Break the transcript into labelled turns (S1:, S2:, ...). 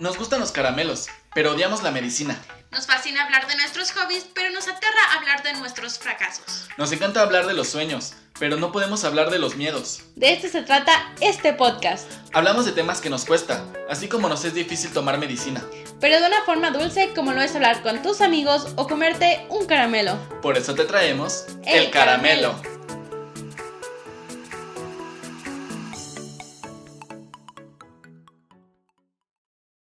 S1: Nos gustan los caramelos, pero odiamos la medicina.
S2: Nos fascina hablar de nuestros hobbies, pero nos aterra hablar de nuestros fracasos.
S1: Nos encanta hablar de los sueños, pero no podemos hablar de los miedos.
S3: De esto se trata este podcast,
S1: Hablamos de temas que nos cuesta, así como nos es difícil tomar medicina.
S3: pero de una forma dulce como lo es hablar con tus amigos o comerte un caramelo.
S1: Por eso te traemos
S3: El
S1: el caramelo.
S3: caramelo.